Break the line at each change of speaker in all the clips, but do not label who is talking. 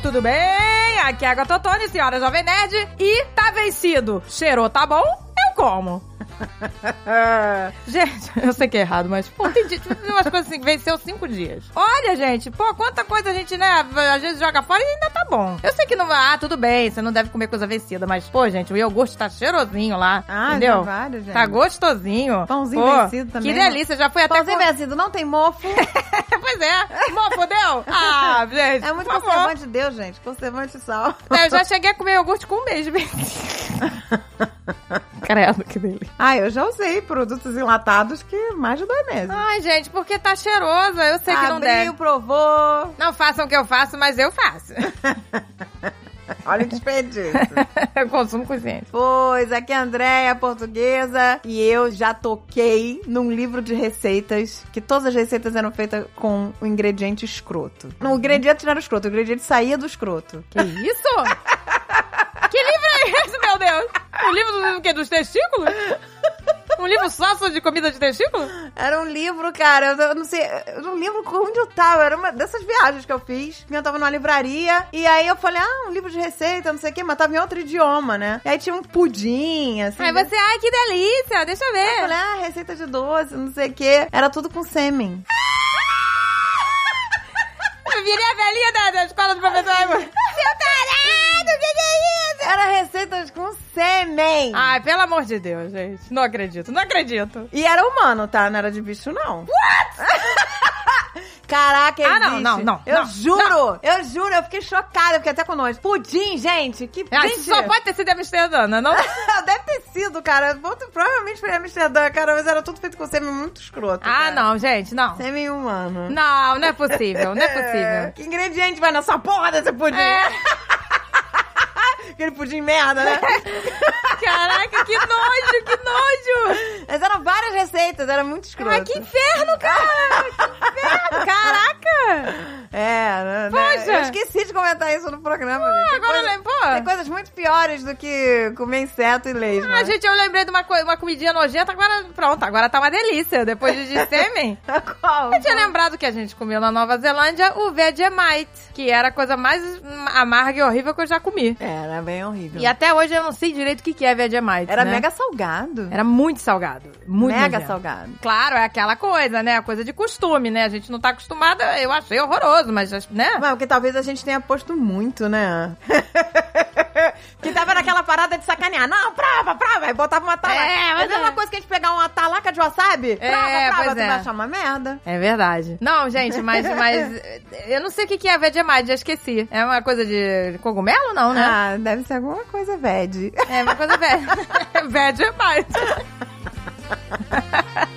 tudo bem? Aqui é a Gatotone, senhora Jovem Nerd. E tá vencido. Cheirou, tá bom? Eu como.
Ah,
gente, eu sei que é errado, mas pô, tem, dia- tem umas coisas assim, que venceu cinco dias. Olha, gente, pô, quanta coisa a gente, né, às vezes joga fora e ainda tá bom. Eu sei que não, ah, tudo bem, você não deve comer coisa vencida, mas, pô, gente, o iogurte tá cheirosinho lá,
Ah, já
entendeu?
vários, gente.
Tá gostosinho.
Pãozinho
Pô,
vencido também,
Que
né?
delícia, já fui até...
Pãozinho
com-
vencido, não tem mofo.
pois é. Mó fudeu? Ah, gente,
É muito
por favor.
conservante de Deus, gente. Conservante de sal.
Não, É, eu já cheguei a comer iogurte com um mês. Credo, que delícia.
Ah, eu já usei produtos enlatados que mais de dois meses.
Ai, gente, porque tá cheirosa. Eu sei que não
Abriu,
deve.
provou.
Não façam o que eu faço, mas eu faço.
Olha o desperdício.
eu consumo consciente.
Pois, aqui é a Andréia, portuguesa, e eu já toquei num livro de receitas, que todas as receitas eram feitas com o ingrediente escroto. Não, o ingrediente não era escroto, o ingrediente saía do escroto.
Que isso? que livro é esse, meu Deus? Um livro do, do quê? Dos testículos? Um livro só sobre de comida de testículo?
Era um livro, cara, eu não sei, eu não lembro onde eu tava, era uma dessas viagens que eu fiz, que eu tava numa livraria, e aí eu falei, ah, um livro de receita, não sei o quê, mas tava em outro idioma, né? E aí tinha um pudim, assim.
Ai, É, você, ai, que delícia, deixa eu
Eu
ver.
falei, ah, receita de doce, não sei o quê. Era tudo com sêmen.
Eu virei a velhinha da, da escola do professor. Raimundo. Seu tarado, o que que é isso? Ah.
Era receitas com sêmen.
Ai, pelo amor de Deus, gente. Não acredito, não acredito.
E era humano, tá? Não era de bicho, não. What? Caraca,
Ah, não,
existe.
não, não,
Eu
não,
juro, eu juro, eu fiquei chocada, eu fiquei até com nojo. Pudim, gente, que
Ah,
gente.
isso só pode ter sido amsterdana, não?
Deve ter sido, cara. Muito- Provavelmente foi em Amsterdã, cara, mas era tudo feito com sêmen muito escroto.
Ah,
cara.
não, gente, não.
Sêmen humano.
Não, não é possível, não é
É,
possível.
Que ingrediente vai nessa porra desse pudim?
É,
Aquele pudim merda, né?
É. caraca, que nojo, que nojo.
Mas eram várias receitas, era muito escroto.
Ai, que inferno, cara. Que inferno, caraca.
É, né?
Poxa! Ah,
Eu esqueci de comentar isso no programa, gente. Tem
agora eu lem- pô.
Tem coisas muito piores do que comer inseto e leis, né?
Ah, gente, eu lembrei de uma, co- uma comidinha nojenta, agora pronto, agora tá uma delícia, depois de sêmen.
Qual?
Eu tinha lembrado que a gente comeu na Nova Zelândia o Vegemite, que era a coisa mais amarga e horrível que eu já comi.
Era bem horrível.
E até hoje eu não sei direito o que que é Vegemite,
É. Era
né?
mega salgado.
Era muito salgado. Muito
mega
nojento.
salgado.
Claro, é aquela coisa, né? A coisa de costume, né? A gente não tá acostumada, eu achei horroroso, mas, né?
Mas porque talvez a gente tenha posto muito, né? que tava naquela parada de sacanear. Não, prova, prova. Aí botava uma talaca.
É, mas
a mesma
é.
coisa que a gente pegar uma talaca de wasabi.
É,
prova, prova.
pois
Tu
é.
vai achar uma merda.
É verdade. Não, gente, mas, mas eh, eu não sei o que que é Vegemite, já esqueci. É uma coisa de cogumelo, não, né?
Ah, deve ser alguma coisa, ved.
É uma coisa velha. Vegemite.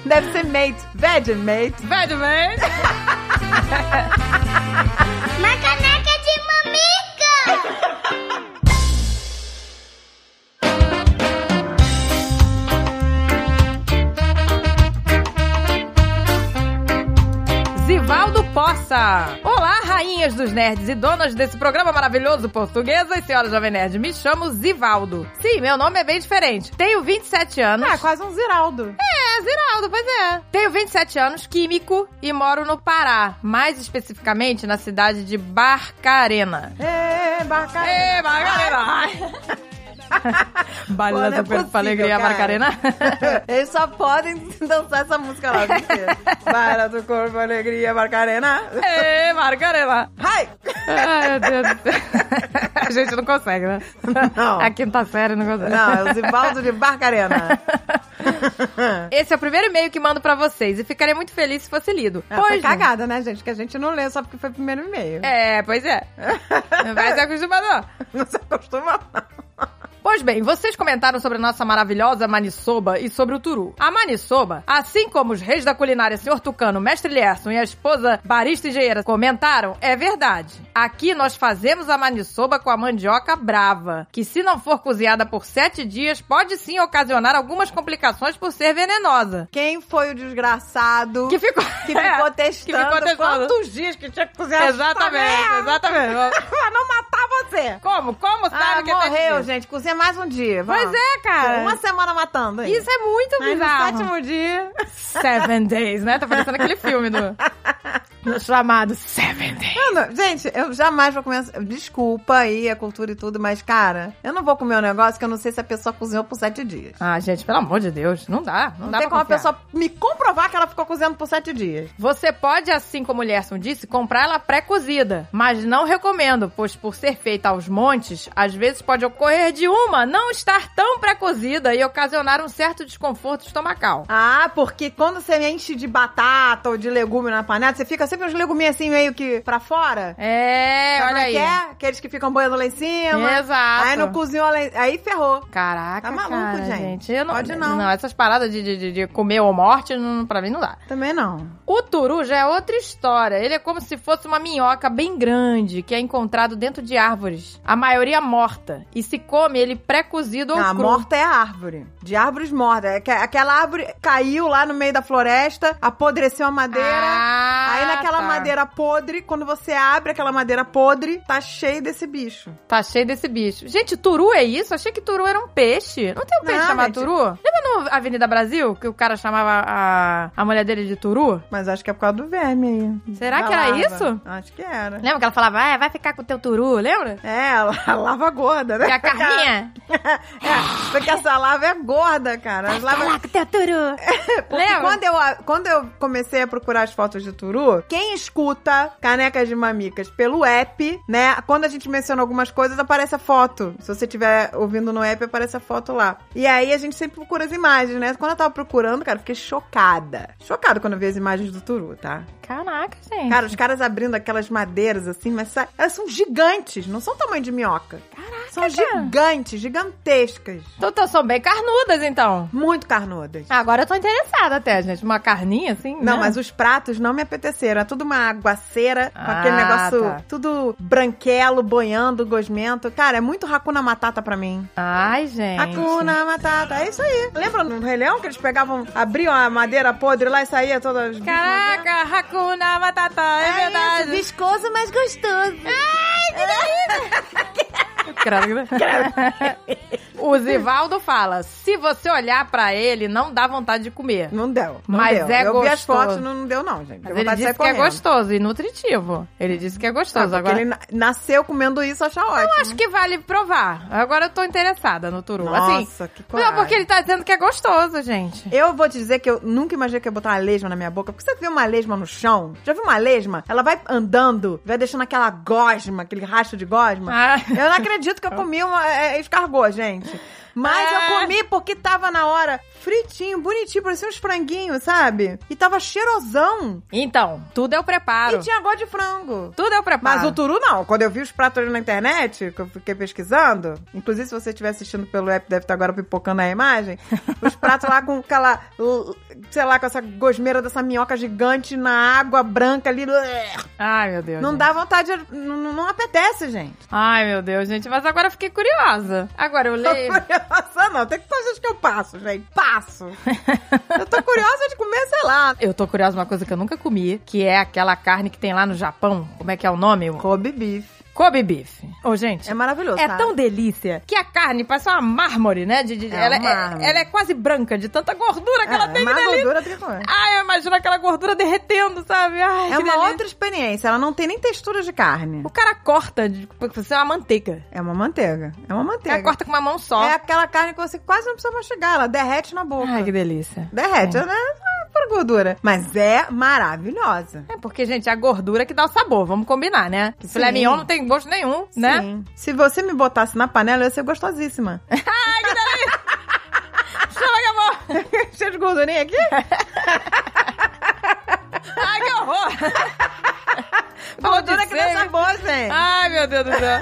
Deve ser mate. Ved, mate.
Vegemite.
Uma caneca de mamica!
Zivaldo Poça. Olá, rainhas dos nerds e donas desse programa maravilhoso portuguesa e senhora jovem nerd. Me chamo Zivaldo. Sim, meu nome é bem diferente. Tenho 27 anos.
Ah, quase um Ziraldo.
É, Ziraldo, pois é. Tenho 27 anos, químico, e moro no Pará, mais especificamente na cidade de Barcarena.
É, barca.
Ê, Barcarena! é Baile da Super Alegria, Barcarena.
Eles só podem dançar essa música lá. porque Para do corpo, alegria, Barcarena.
Ê, Barcarena!
Ai!
Ai, meu Deus do céu. A gente não consegue, né?
Não.
A quinta série não consegue.
Não, é o Zibaldo de Barcarena.
Esse é o primeiro e-mail que mando pra vocês e ficaria muito feliz se fosse lido.
É, foi
pois não.
cagada, né, gente? Que a gente não lê só porque foi o primeiro e-mail.
É, pois é. Não vai se acostumar, não.
Não se acostuma, não.
Pois bem, vocês comentaram sobre a nossa maravilhosa maniçoba e sobre o turu. A maniçoba, assim como os reis da culinária Sr. Tucano, Mestre Lierson e a esposa barista engenheira comentaram, é verdade. Aqui nós fazemos a maniçoba com a mandioca brava, que se não for cozinhada por sete dias, pode sim ocasionar algumas complicações por ser venenosa.
Quem foi o desgraçado
Que ficou,
que ficou testando
que ficou testando.
quantos dias que tinha que cozinhar essa
Exatamente,
merda?
exatamente.
Pra não matar você.
Como? Como sabe
Ah,
que é sete
morreu,
dias?
gente. assim? Cozinha mais um dia.
Pois
vamos.
é, cara.
Uma semana matando. aí.
Isso é muito
Aí no
bizarro.
sétimo dia.
Seven Days, né? Tá parecendo aquele filme do. chamado Seven Days.
Eu não- gente, eu jamais vou comer. Desculpa aí a cultura e tudo, mas, cara, eu não vou comer um negócio que eu não sei se a pessoa cozinhou por sete dias.
Ah, gente, pelo amor de Deus, não dá. Não,
Não,
dá
tem
pra
como
confiar.
a pessoa me comprovar que ela ficou cozinhando por sete dias.
Você pode, assim como o Lerson disse, comprar ela pré-cozida, mas não recomendo, pois por ser feita aos montes, às vezes pode ocorrer de uma não estar tão pré-cozida e ocasionar um certo desconforto estomacal.
Ah, porque quando você enche de batata ou de legume na panela, você fica sempre uns leguminhos assim meio que pra fora.
É,
Sabe
olha
como é
aí.
que é? Aqueles que ficam boiando lá em cima.
Exato.
Aí não cozinhou lá em... Aí ferrou.
Caraca,
Tá maluco,
cara,
gente.
Eu não,
Pode não.
Não, essas paradas de, de, de- de comer ou morte, não, pra mim não dá.
Também não.
O turu já é outra história. Ele é como se fosse uma minhoca bem grande que é encontrado dentro de árvores, a maioria morta, e se come ele pré-cozido ou
Ah,
cru.
morta é árvore. De árvores mortas. É que- Aquela árvore caiu lá no meio da floresta, apodreceu a madeira.
Ah,
aí naquela
tá.
madeira podre, quando você abre aquela madeira podre, tá cheio desse bicho.
Tá cheio desse bicho. Gente, turu é isso? Achei que turu era um peixe. Não tem um peixe
Não,
chamado
gente.
turu? Lembra na Avenida Brasil que o cara chamava a, a mulher dele de turu?
Mas acho que é por causa do verme aí.
Será
Da
que era
larva.
isso?
Acho que era.
Lembra que ela falava, ah, vai ficar com o teu turu, lembra?
É, a lava gorda, né?
E a carninha?
É, porque essa lava é gorda, cara. As lavas
Vai lá com o teu turu.
Porque
Lembra?
quando eu, quando eu comecei a procurar as fotos de Turu, quem escuta Canecas de Mamicas pelo app, né? Quando a gente menciona algumas coisas, aparece a foto. Se você estiver ouvindo no app, aparece a foto lá. E aí a gente sempre procura as imagens, né? Quando eu tava procurando, cara, eu fiquei chocada. Chocada quando eu vi as imagens do Turu, tá?
Caraca, gente.
Cara, os caras abrindo aquelas madeiras assim, mas sa- elas são gigantes, não são tamanho de minhoca. Caraca, são gigantes, gigantescas.
Então, são bem carnudas, então.
Muito carnudas.
Agora eu tô interessada até, gente. Uma carninha assim?
Não,
Ah, né?
mas os pratos não me apeteceram. É tudo uma aguaceira, com
Ah,
aquele negócio
tá.
tudo branquelo, boiando, gosmento. Cara, é muito racuna matata pra mim.
Ai, gente.
Racuna matata, é isso aí. Lembra no Rei Leão que eles pegavam, abriam a madeira podre lá e saía todas... as-
Caraca, Hakuna Matata, é, verdade.
Viscoso, mas gostoso.
Credo. o Zivaldo fala: se você olhar pra ele, não dá vontade de comer.
Não deu, não
Mas
deu.
é
Eu vi as
gostoso.
fotos, não, não deu não, gente. Deu
Mas ele
vontade
disse
de sair
que é
correndo.
gostoso e nutritivo. Ele disse que é
Ah,
gostoso.
porque
Agora,
ele na- nasceu comendo isso, acha ótimo.
acho que vale provar. Agora eu tô interessada no turu. assim,
Nossa, que coragem.
não, porque ele tá dizendo que é gostoso, gente.
Eu vou te dizer que eu nunca imaginei que eu ia botar uma lesma na minha boca. Porque você vê uma lesma no chão? Já viu uma lesma? Ela vai andando, vai deixando aquela gosma, aquele rasto de gosma.
Ah.
Eu não acredito que eu comi uma é, é, escargot, gente. Mas
Ah.
eu comi porque tava na hora fritinho, bonitinho, parecia uns franguinhos, sabe? E tava cheirosão.
Então, tudo é o preparo.
E tinha gosto de frango.
Tudo é o preparo.
Mas o turu não. Quando eu vi os pratos ali na internet, que eu fiquei pesquisando, inclusive se você estiver assistindo pelo app, deve estar agora pipocando a imagem, os pratos lá com aquela, l- sei lá, com essa gosmeira dessa minhoca gigante na água branca ali.
Ai, meu Deus.
Não
gente.
dá vontade, não, não- não apetece, gente.
Ai, meu Deus, gente. Mas agora eu fiquei curiosa. Agora eu
Tô
leio.
curiosa, não. Tem que fazer gente que eu passo, gente. Passo. Eu tô curiosa de comer, sei lá.
Eu tô curiosa de uma coisa que eu nunca comi, que é aquela carne que tem lá no Japão. Como é que é o nome? O
Kobe beef.
Kobe beef. Ô, gente.
É maravilhoso,
É
tá?
tão delícia que a carne parece uma mármore, né? De, de-
É,
ela,
um mármore.
ela é quase branca, de tanta gordura que ela
é,
tem que
mais
delícia.
gordura tem que comer.
Ai, eu imagino aquela gordura derretendo, sabe? Ai,
É
que
uma
delícia.
outra experiência. Ela não tem nem textura de carne.
O cara corta, de- porque você é uma manteiga.
É uma manteiga. É uma
O cara
manteiga.
corta com uma mão só.
É aquela carne que você quase não precisa mastigar, ela derrete na boca.
Ai, é. que delícia.
derrete, né? Ah, Por gordura. Mas é maravilhosa.
É porque, gente, é a gordura que dá o sabor, vamos combinar, né? Que filé
Sim.
mignon não tem gosto nenhum, né?
Sim. Se você me botasse na panela, eu ia ser gostosíssima.
Chama que amor!
Cheio de gordurinha aqui?
É, Ai, que horror! Falou de
Gordura que dá
sede.
sabor, gente.
Ai, meu Deus do céu.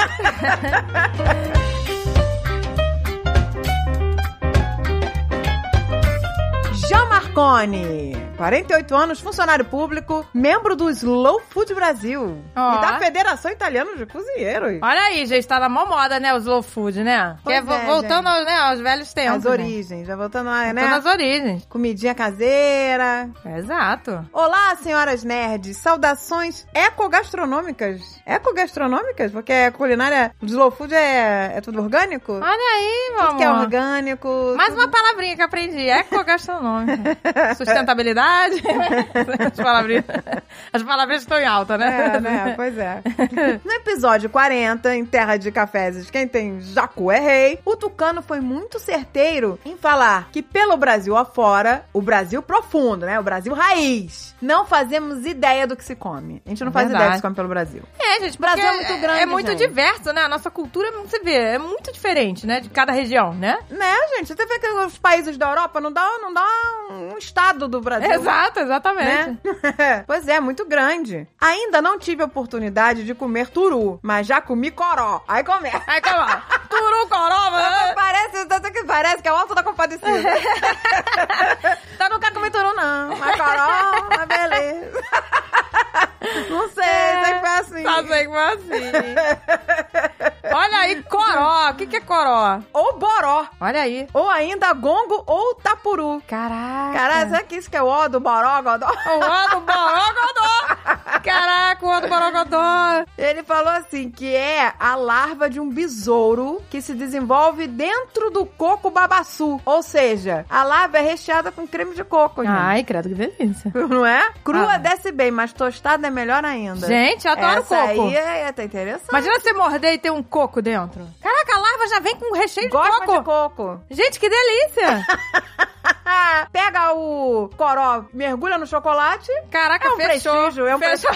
Jean Marconi, 48 anos, funcionário público, membro do Slow Food Brasil
Ó.
e da Federação Italiana de Cozinheiros.
Olha aí, gente, tá na mó moda, né? O slow food, né? Que
Pois
é, vo-
é,
voltando
gente.
aos, né, aos velhos tempos.
As
né?
origens, já voltando lá, né?
Voltando às origens.
Comidinha caseira,
Exato.
Olá, senhoras nerds! Saudações ecogastronômicas. Ecogastronômicas? Porque a culinária do slow food é, é tudo orgânico?
Olha aí, meu
tudo que é
Ah, amor.
orgânico.
Mais
tudo-
uma palavrinha que eu aprendi. É co-gastronômica. Sustentabilidade. As palavrinhas, as palavrinhas estão em alta, né?
É, né? Pois é. No episódio 40, em Terra de Cafés, quem tem Jacu é rei, o Tucano foi muito certeiro em falar que pelo Brasil afora, o Brasil profundo, né? O Brasil raiz, não fazemos ideia do que se come. A gente não faz
Verdade.
ideia do que se come pelo Brasil.
É, gente,
O Brasil
porque
é muito grande,
É muito
gente.
diverso, né? A nossa cultura, você vê, é muito diferente, né? De cada região, né?
Né, gente? Você vê que os países da Europa não dá, não dá um estado do Brasil.
Exato, exatamente.
né? pois é, muito grande. Ainda não tive a oportunidade de comer turu, mas já comi coró. Aí começa.
Aí, calma. lá. Turu, né? coroba.
Parece, tanto que parece que é o alto da compadecida. Então,
Tá no
Não comi turu, não. Mas coró, mas beleza. Não sei, sempre foi assim.
Tá bem, mas assim. Olha aí, coró. O que, que é coró?
Ou boró.
Olha aí.
Ou ainda gongo ou tapuru.
Caraca.
Caralho, será que isso que é o ó do boró, godó?
O ó do borogodó. Caraca, o ó do borogodó.
Ele falou assim que é a larva de um besouro que se desenvolve dentro do coco babaçu. Ou seja, a larva é recheada com creme de coco, gente.
Ai, credo, que delícia.
Não é? Crua
é. Ah.
desce bem, mas tostada é melhor ainda.
Gente, eu adoro
Essa
coco.
aí é, é tá interessante.
Imagina você morder e ter um coco dentro. Caraca, a larva já vem com recheio
Gosta
de coco.
de coco.
Gente, que delícia.
Pega o coró, mergulha no chocolate.
Caraca,
É um
fechou.
prestígio, é um
fechou.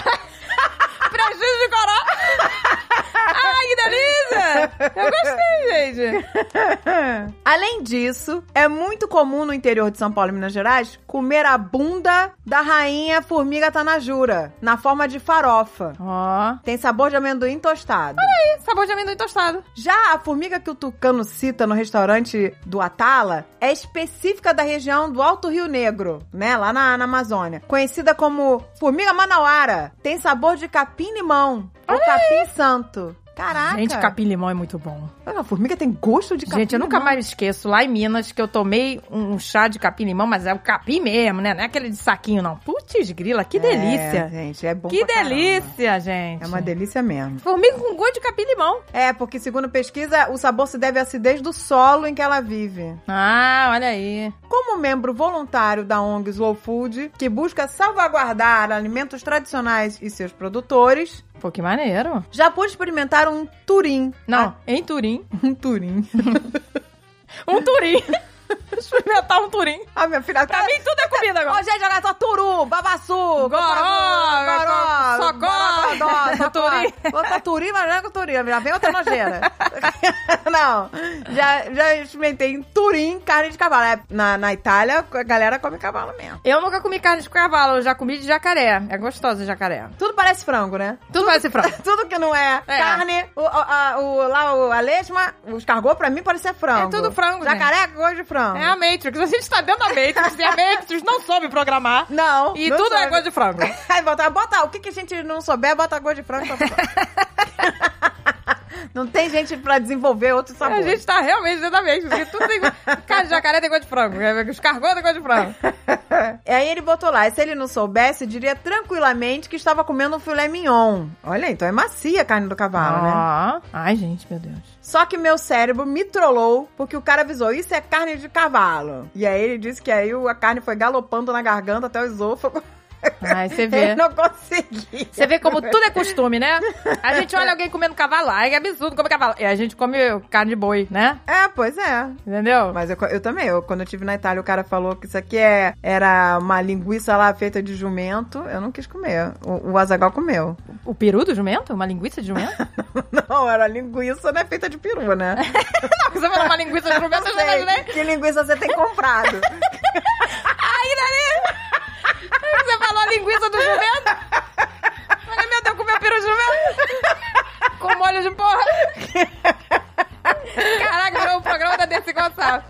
prestígio de coró. Ai, que delícia. Eu gostei, gente.
Além disso, é muito comum no interior de São Paulo e Minas Gerais comer a bunda da rainha formiga tanajura, na forma de farofa.
Ó.
Tem sabor de amendoim tostado.
Ih, Sabor de amendoim tostado.
Já a formiga que o Tucano cita no restaurante do Atala é específica da região do Alto Rio Negro, né? Lá na, na Amazônia. Conhecida como formiga manauara. Tem sabor de capim-limão ou capim santo. Caraca!
Gente, capim-limão é muito bom.
Olha, A formiga tem gosto de capim
Gente, eu nunca mais me esqueço lá em Minas que eu tomei um um chá de capim-limão, mas é o capim mesmo, né? Não é aquele de saquinho, não. Putz, grila, que delícia.
gente, é bom
que
pra caramba.
delícia, gente.
É uma delícia mesmo.
Formiga com gosto de capim-limão.
É, porque segundo pesquisa, o sabor se deve à acidez do solo em que ela vive.
Ah, olha aí.
Como membro voluntário da ONG Slow Food, que busca salvaguardar alimentos tradicionais e seus produtores,
Pô, que maneiro.
já pude experimentar um turim.
Não,
Ah,
em Turim.
um turim.
Um Turim. Experimentar um Turim.
Ah, minha filha.
Pra mim tudo é comida
Ó,
agora.
gente, olha só, turu, babaçu, goró, goró,
socó,
goró, socó.
turim.
Outra turim, mas não é com turim, já vem outra nojeira. não, já, já experimentei em turim carne de cavalo. É, Na, na Itália, a galera come cavalo mesmo.
Eu nunca comi carne de cavalo, eu já comi de jacaré. É gostoso o jacaré.
Tudo parece frango, né?
Tudo parece frango.
Tudo que não é,
É.
carne, o, o- a, o- lá o, a lesma, os cargô pra mim parecia frango.
É tudo frango,
Jacaré, gosto de frango.
É a Matrix. A gente tá dentro da Matrix e a Matrix não soube programar.
Não.
E
não
tudo é
sabe.
coisa de frango.
Aí bota, bota, o que, que a gente não souber, bota gosto de frango. pra fora. não tem gente pra desenvolver outro sabor.
A gente tá realmente dentro da Matrix. porque tudo tem... Carne de jacaré tem gosto de frango. É, Os cargos tem gosto de frango.
E aí ele botou lá, e se ele não soubesse, diria tranquilamente que estava comendo um filé mignon. Olha, então é macia a carne do cavalo, né?
Ah, Ai, gente, meu Deus.
Só que meu cérebro me trollou, porque o cara avisou, isso é carne de cavalo. E aí ele disse que aí o- a carne foi galopando na garganta até o esôfago.
Ai, você
Ele
vê.
não conseguia.
Você vê como tudo é costume, né? A gente olha alguém comendo cavalo. Ai, que absurdo comer cavalo. E a gente come carne de boi, né?
É, pois é.
Entendeu?
Mas eu, eu também, eu, quando eu estive na Itália, o cara falou que isso aqui é, era uma linguiça lá feita de jumento. Eu não quis comer. O, o Azagal comeu.
O peru do jumento? Uma linguiça de jumento?
Não, era linguiça, né? Feita de peru, né?
Não, você falou uma linguiça de jumento, eu já
Sei
imaginei.
que linguiça você tem comprado.
Você falou a linguiça do jumento. Eu Falei, meu Deus, comeu peru de jumento. Com molho de porra. Caraca, virou o programa da Desi Gonçalves.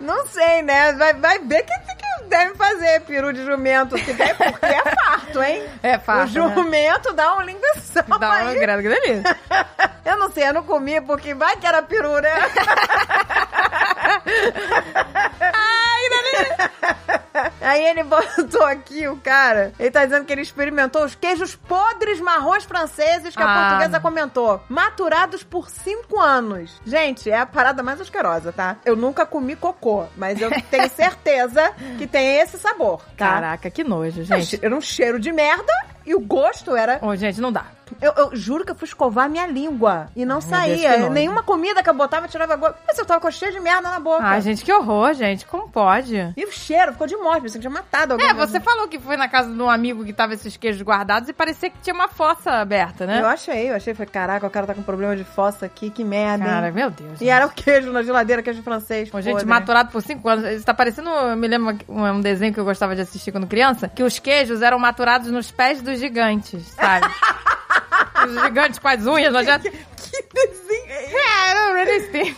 não sei, né? Vai, vai ver o que, que deve fazer peru de jumento. Se der, porque é farto, hein?
É
O
fácil, né?
jumento dá uma linguição
Dá um uma
aí.
grana, que delícia.
Eu não sei, eu não comi porque vai que era peru, né?
Ai, que delícia.
Aí Aí ele botou aqui o cara. Ele tá dizendo que ele experimentou os queijos podres marrons franceses que a
Ah.
portuguesa comentou. Maturados por cinco anos. Gente, é a parada mais asquerosa, tá? Eu nunca comi cocô, mas eu tenho certeza que tem esse sabor, tá?
Caraca, que nojo,
Mas
gente.
Era um cheiro de merda e o gosto era.
Ô, gente, não dá.
Eu, eu juro que eu fui escovar minha língua e não
Ai, meu Deus,
saía.
que nojo.
Nenhuma comida que eu botava tirava a gosto. Mas eu tava com cheio de merda na boca.
Ai, gente, que horror, gente. Como pode?
E o cheiro ficou de morte, pensei que tinha matado alguém.
É, você falou que foi na casa de um amigo que tava esses queijos guardados e parecia que tinha uma fossa aberta,
Eu
né?
achei, eu achei. Falei, caraca, o cara tá com problema de fossa aqui, que merda. hein?
Cara, meu Deus.
E era o queijo na geladeira, queijo francês.
Bom, gente,
podre.
maturado por cinco anos. Isso tá parecendo, eu me lembro, um um desenho que eu gostava de assistir quando criança, que os queijos eram maturados nos pés dos gigantes, sabe? os gigantes com as unhas, nós já...
Que desenho é esse?
É, era o Ren Stimpy.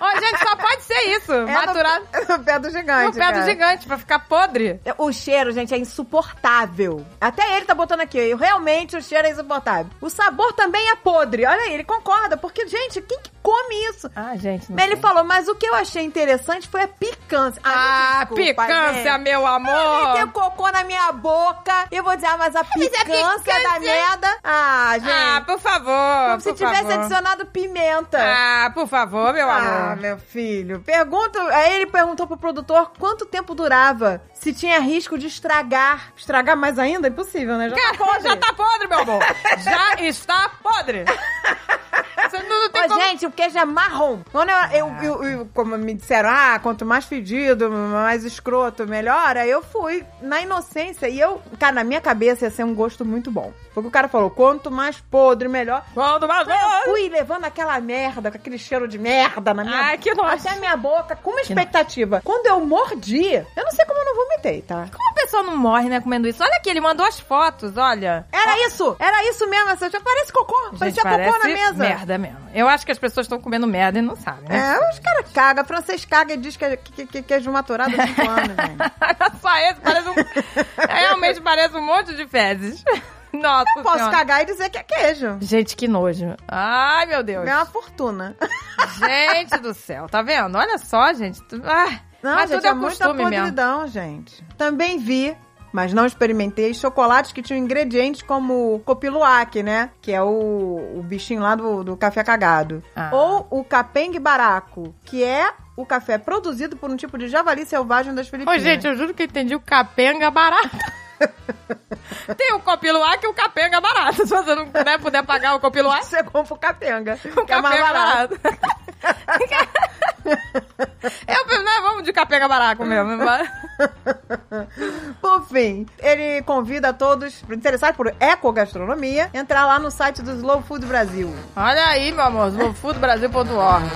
Ô, gente, só pode ser isso.
É
maturado
no, é no pé do
no,
gigante.
pé
cara.
do gigante, pra ficar podre.
O cheiro, gente, é insuportável. Até ele tá botando aqui. eu, Realmente o cheiro é insuportável. O sabor também é podre. Olha aí, ele concorda. Porque, gente, quem que come isso?
Ah, gente, não
Mas ele
sei.
falou, mas o que eu achei interessante foi a picância.
Ah,
me desculpa, né?
picância,
gente.
meu
Eu
amor!
meteu cocô na minha boca. Eu vou dizer, ah, mas a picância, da
é picância-
merda. Ah, gente.
Ah, por favor!
como se
por
tivesse
favor.
adicionado pimenta.
Ah, por favor, meu
Ah,
amor.
meu filho. Pergunta. Aí ele perguntou pro produtor quanto tempo durava. Se tinha risco de estragar. Estragar mais ainda? Impossível, né? Já tá podre.
Já tá podre, meu amor. Já está podre. Você não, não tem
Ô,
como... Ah.
gente, o queijo é marrom. Quando eu, eu- eu- eu- como me disseram, ah, quanto mais fedido, mais escroto, melhor. Aí eu fui na inocência e eu, cara, na minha cabeça ia ser um gosto muito bom. Foi o que o cara falou: quanto mais podre, melhor.
Quando mais...
Fui levando aquela merda, com aquele cheiro de merda na minha
Ai, que nojo.
até a minha boca, com uma expectativa. Quando eu mordi, eu não sei como eu não vomitei, tá?
Como a pessoa não morre, né, comendo isso? Olha aqui, ele mandou as fotos, olha.
Era isso! Era isso mesmo, essa parece cocô.
Gente,
parecia cocô na mesa.
merda mesmo. Eu acho que as pessoas estão comendo merda e não sabem, né?
É, os caras cagam. Francês caga e diz que é, que, que, que é de maturado há cinco anos, velho.
Olha só esse, parece um... Realmente parece um monte de fezes. Nossa
Eu posso
Senhora.
cagar e dizer que é queijo.
Gente, que nojo. Ai, meu Deus.
É uma fortuna.
Gente do céu, tá vendo? Olha só, gente. Tu- Ah,
Não,
mas
gente,
tudo é,
é muita
costume mesmo.
podridão, gente. Também vi, mas não experimentei, chocolates que tinham ingredientes como o copiluac, né? Que é o, o bichinho lá do, do café cagado.
Ah.
Ou o capengue baraco, que é o café produzido por um tipo de javali selvagem das
Ô,
Filipinas.
gente, eu juro que eu entendi o capenga barato. Tem o copiluá que é o capenga barato. Se você não puder, puder pagar o copiluá,
Você compra o é capenga.
o
que é mais
capenga
barato.
barato. eu, penso, né, vamos de capenga barato mesmo.
Por fim, ele convida a todos interessados por ecogastronomia entrar lá no site do Slow Food Brasil.
Olha aí, meu amor, slowfoodbrasil.org.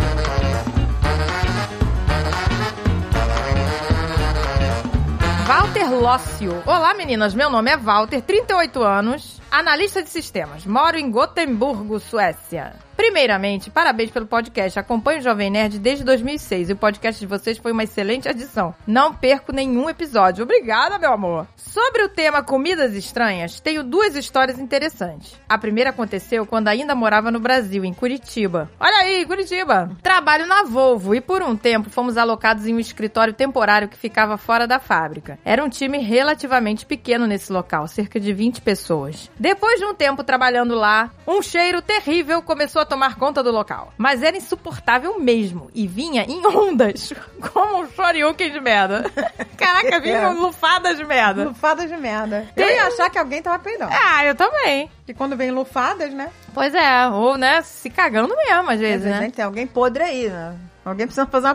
Walter Lócio. Olá, meninas. Meu nome é Walter, 38 anos, analista de sistemas. Moro em Gotemburgo, Suécia. Primeiramente, parabéns pelo podcast. Acompanho o Jovem Nerd desde 2006 e o podcast de vocês foi uma excelente adição. Não perco nenhum episódio. Obrigada, meu amor. Sobre o tema comidas estranhas, tenho duas histórias interessantes. A primeira aconteceu quando ainda morava no Brasil, em Curitiba. Olha aí, Curitiba. Trabalho na Volvo e por um tempo fomos alocados em um escritório temporário que ficava fora da fábrica. Era um time relativamente pequeno nesse local, cerca de 20 pessoas. Depois de um tempo trabalhando lá, um cheiro terrível começou a tomar conta do local. Mas era insuportável mesmo e vinha em ondas, como um shoryuken de merda. Caraca, vinham lufadas de merda.
Lufadas de merda.
Tem-
Eu
um-
ia achar que alguém tava peidando.
Ah, eu também.
Porque quando vem lufadas, né?
Pois é, ou né, se cagando mesmo às vezes, né?
Tem alguém podre aí, né? Alguém precisa fazer uma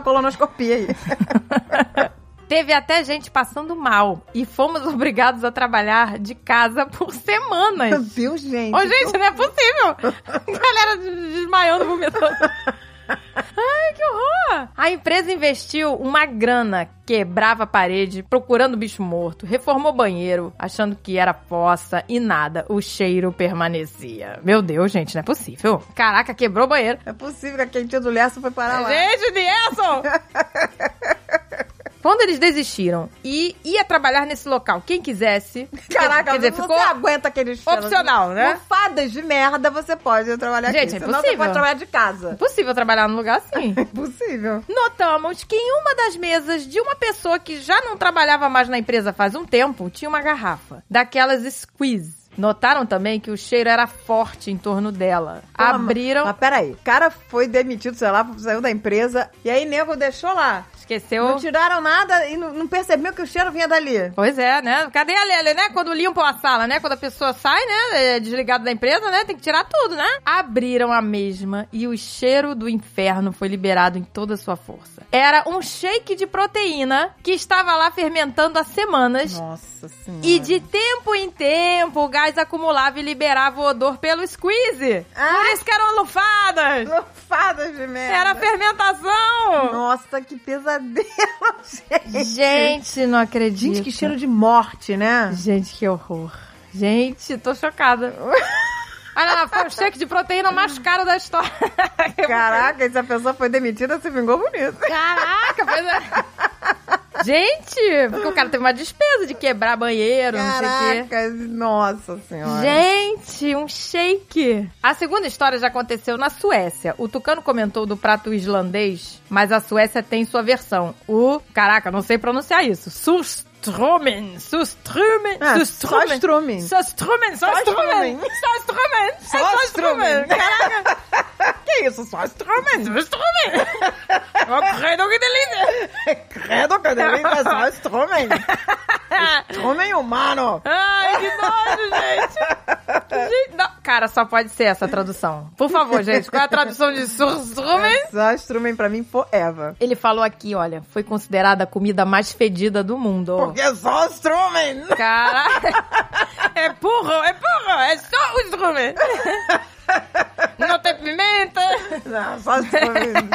colonoscopia aí.
Teve até gente passando mal e fomos obrigados a trabalhar de casa por
Meu
semanas.
Deus, gente.
Ô, gente, não é possível! Galera des- desmaiando, vomitando. Ai, que horror! A empresa investiu uma grana, quebrava a parede, procurando bicho morto, reformou banheiro, achando que era poça e nada. O cheiro permanecia. Meu Deus, gente, não é possível. Caraca, quebrou o banheiro.
É possível que a quentinha do Lerço foi parar lá.
É, Gente, Nelson! Quando eles desistiram e ia trabalhar nesse local, quem quisesse.
Caraca,
quer dizer,
você
ficou
aguenta aquele cheiro.
opcional, né?
Lufada piadas de merda, você pode trabalhar
Gente,
aqui.
é
Senão você
impossível.
pode trabalhar de casa.
Impossível trabalhar num lugar assim.
Impossível.
Notamos que em uma das mesas de uma pessoa que já não trabalhava mais na empresa faz um tempo, tinha uma garrafa. Daquelas squeeze. Notaram também que o cheiro era forte em torno dela. Abriram.
Mas peraí, o cara foi demitido, sei lá, saiu da empresa, e aí nego deixou lá.
Esqueceu.
Não tiraram nada e não, não percebeu que o cheiro vinha dali.
Pois é, né? Cadê a Lele, né? Quando limpam a sala, né? Quando a pessoa sai, né? É desligada da empresa, né? Tem que tirar tudo, né? Abriram a mesma e o cheiro do inferno foi liberado em toda a sua força. Era um shake de proteína que estava lá fermentando há semanas.
Nossa senhora.
E de tempo em tempo, o gás acumulava e liberava o odor pelo squeeze. Por
Ah,
isso que eram lufadas.
lufadas de merda.
Era fermentação.
Nossa, que pesadelo, gente.
Gente, não acredito.
Gente, que cheiro de morte, né?
Gente, que horror. Gente, tô chocada. Olha lá, foi o cheque de proteína mais caro da história.
Caraca, se a pessoa foi demitida, se vingou bonito.
Caraca, pois é. Gente, porque o cara teve uma despesa de quebrar banheiro, não sei o quê.
Caraca, nossa senhora.
Gente, um shake! A segunda história já aconteceu na Suécia. O Tucano comentou do prato islandês, mas a Suécia tem sua versão. O. Caraca, não sei pronunciar isso. Surströmming! Surströmming!
Ah,
Surströmming!
Surströmming.
Surströmming! Surströmming! Surströmming! É Surströmming!
Que isso, só Strummen?
Surströmming! Oh, credo, que delícia!
Credo que eu devia pensar Strummen. Strummen humano.
Ai, que nojo, gente! gente não. Cara, só pode ser essa a tradução. Por favor, gente, qual é a tradução de Surströmming?
Só Strummen pra mim forever.
Ele falou aqui, olha, foi considerada a comida mais fedida do mundo.
Porque é só Strummen.
Cara, é burro, é burro, é só o strumen. Não tem pimenta.
Não, Ah, só Strummen.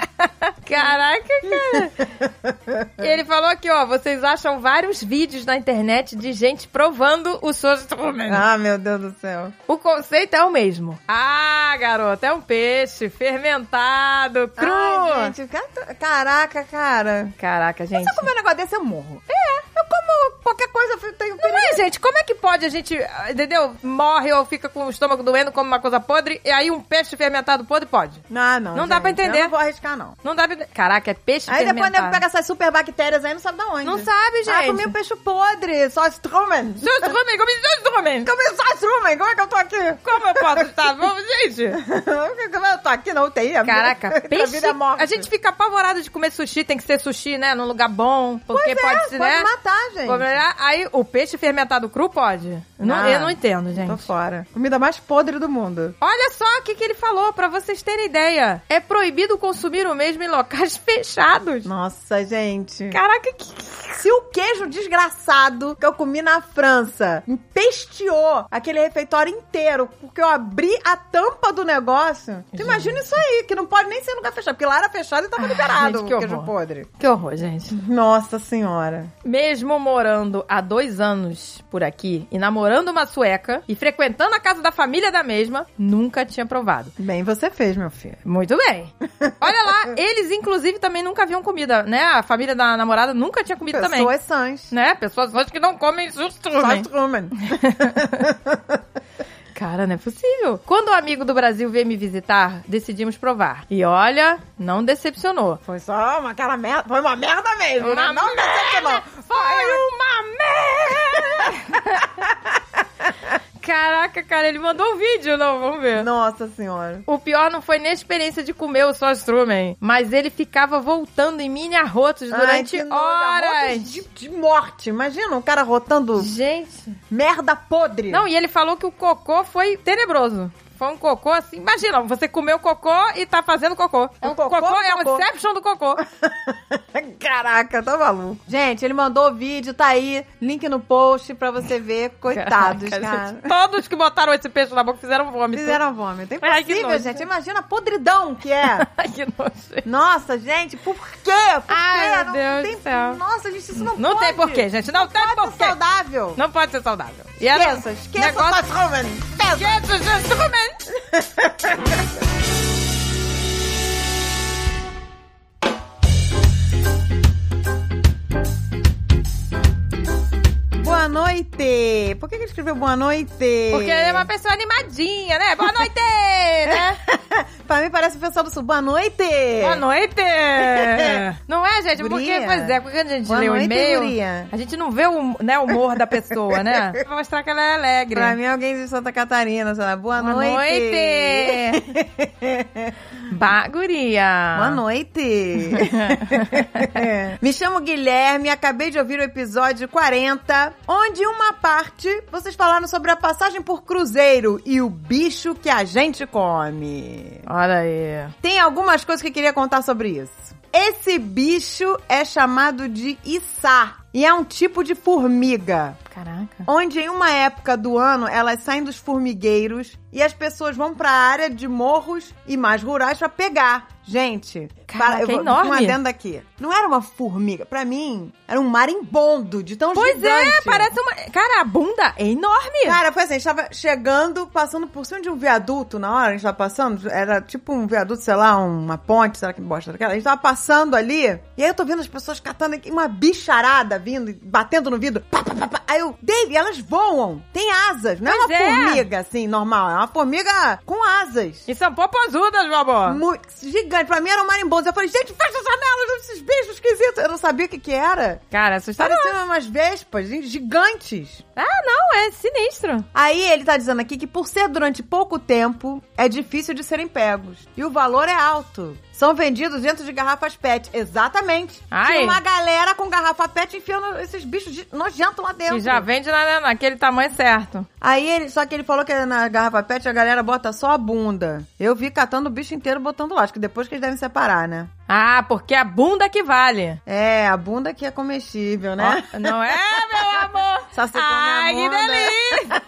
Caraca, cara. Ele falou aqui, ó, vocês acham vários vídeos na internet de gente provando o seu strumen.
ah, meu Deus do céu.
O conceito é o mesmo. Ah, garota, é um peixe fermentado, cru.
Ai, gente, cara- tá- caraca, cara.
Caraca, gente.
Se eu comer um negócio desse, eu morro. É, eu como qualquer coisa, eu fico- tenho
Não é, gente? Como é que pode a gente, ah, entendeu? Morre ou fica com o estômago doendo, come uma coisa podre, e aí um peixe fermentado podre pode?
Não, não.
Não dá
gente,
pra entender.
Eu não vou arriscar, não.
Não dá pra... Caraca, é peixe
Aí depois o
fermentado.
nego pega essas super bactérias aí, não sabe de onde.
Não sabe,
Ah,
gente.
comi um peixe podre, só Strummen.
Seus drumen, comi seus drumen.
Comi só Strummen, como é que eu tô aqui?
Como eu posso estar? Vamos, gente.
Como é eu tô aqui na UTI? a minha-
Caraca,
outra
peixe...
vida é morte.
A gente fica apavorado de comer sushi, tem que ser sushi, né? Num lugar bom, porque
Pois é,
pode se, né?
matar, gente.
Aí o peixe fermentado cru pode? Não,
Ah,
eu não entendo, gente.
Tô fora. Comida mais podre do mundo.
Olha só o que, que ele falou, pra vocês terem ideia. É proibido consumir o mesmo em locais fechados.
Nossa, gente.
Caraca, que...
Se o queijo desgraçado que eu comi na França empesteou aquele refeitório inteiro porque eu abri a tampa do negócio, tu imagina isso aí, que não pode nem ser em lugar fechado, porque lá era fechado e tava liberado
gente, que
o queijo
horror.
podre.
que horror, gente.
Nossa senhora.
Mesmo morando há dois anos por aqui e namorando uma sueca e frequentando a casa da família da mesma, nunca tinha provado.
Bem, você fez, meu filho.
Muito bem. Olha lá, eles inclusive também nunca haviam comida, né? A família da namorada nunca tinha comido também.
Pessoas sãs.
Né? Pessoas hoje que não comem né?
Só
sustrumen.
Truman.
Cara, não é possível. Quando o amigo do Brasil veio me visitar, decidimos provar. E olha, não decepcionou.
Foi só uma cara merda. Foi uma merda mesmo. né?
Uma
não decepcionou.
Foi uma merda! Caraca, cara, ele mandou um vídeo, não, vamos ver.
Nossa senhora.
O pior não foi nem a experiência de comer o Sostrumen, mas ele ficava voltando em mini arrotos durante
Ai, que nojo.
horas.
Arrotos De, de morte. Imagina um cara rotando
Gente.
merda podre.
Não, e ele falou que o cocô foi tenebroso. Foi um cocô assim. Imagina, você comeu cocô e tá fazendo cocô. É um
Um cocô,
cocô, é
cocô.
um exception do cocô.
Caraca, tá maluco. Gente, ele mandou o vídeo, tá aí. Link no post pra você ver.
Caraca,
Coitados,
gente. tá
cara.
Todos que botaram esse peixe na boca fizeram vômito.
Fizeram vômito. É
Ai, que
Impossível,
nojo. né?
gente. Imagina a podridão que é.
Ai, que nojo.
Nossa, gente, por quê? Por
Ai, meu
quê? Não
Deus
tem-
do céu.
Nossa, gente, isso não,
Não
pode.
tem porquê, gente. Não, tem
Pode ser
porquê.
saudável.
Não pode ser saudável. E era um
Esqueça, esqueça tá-
negócio-
essas Roman. Esqueça.
Esqueça os instrumentos.
Boa noite. Por que, que ele escreveu boa noite?
Porque ele é uma pessoa animadinha, né? Boa noite, né?
pra mim parece o pessoal do sul. Boa noite!
Boa noite! não é, gente? Porque,
É. Guria.
pois é, quando a gente
Boa
lê o
noite,
e-mail,
guria.
a gente não vê o né, o humor da pessoa, né? Pra mostrar que ela é alegre.
Pra mim, alguém de Santa Catarina, sei lá. Boa,
Boa Baguria!
Boa
Ah.
noite! É. Me chamo Guilherme, acabei de ouvir o episódio 40, onde uma parte vocês falaram sobre a passagem por cruzeiro e o bicho que a gente come.
Olha aí.
Tem algumas coisas que eu queria contar sobre isso. Esse bicho é chamado de içá e é um tipo de formiga.
Caraca.
Onde em uma época do ano elas saem dos formigueiros e as pessoas vão pra área de morros e mais rurais pra pegar. Gente,
Caraca,
para-
é
eu vou
enorme.
um adendo aqui. Não era uma formiga, pra mim era um marimbondo de tão
Pois
gigante.
é, parece uma. Cara, a bunda é enorme!
Cara, foi assim, a gente tava chegando, passando por cima de um viaduto na hora, a gente tava passando, era tipo um viaduto, sei lá, uma ponte, será que bosta daquela? A gente tava passando ali, e aí eu tô vendo as pessoas catando aqui, uma bicharada vindo, e batendo no vidro, pá, pá, pá, pá. aí eu, Dave, elas voam, tem asas, não
Pois
é uma
é.
formiga assim, normal, é uma formiga com asas.
E são popozudas, meu amor!
Mu- gigante, pra mim era um marimbondo. Eu falei, gente, fecha as janelas desses bichos esquisitos. Eu não sabia o que que era.
Cara, assustador.
Pareciam umas vespas gigantes.
Ah, não, é sinistro.
Aí ele tá dizendo aqui que por ser durante pouco tempo, é difícil de serem pegos. E o valor é alto. São vendidos dentro de garrafas PET. Exatamente.
Ai.
Tinha uma galera com garrafa PET enfiando esses bichos de- nojentos lá dentro.
E já vende na, naquele tamanho certo.
Aí ele, só que ele falou que na garrafa PET a galera bota só a bunda. Eu vi catando o bicho inteiro botando lá. Acho que depois que eles devem separar, né?
Ah, porque a bunda que vale.
É, a bunda que é comestível, né?
Ó, não é, meu amor?
Só se come a
Ai, que
bunda.
delícia!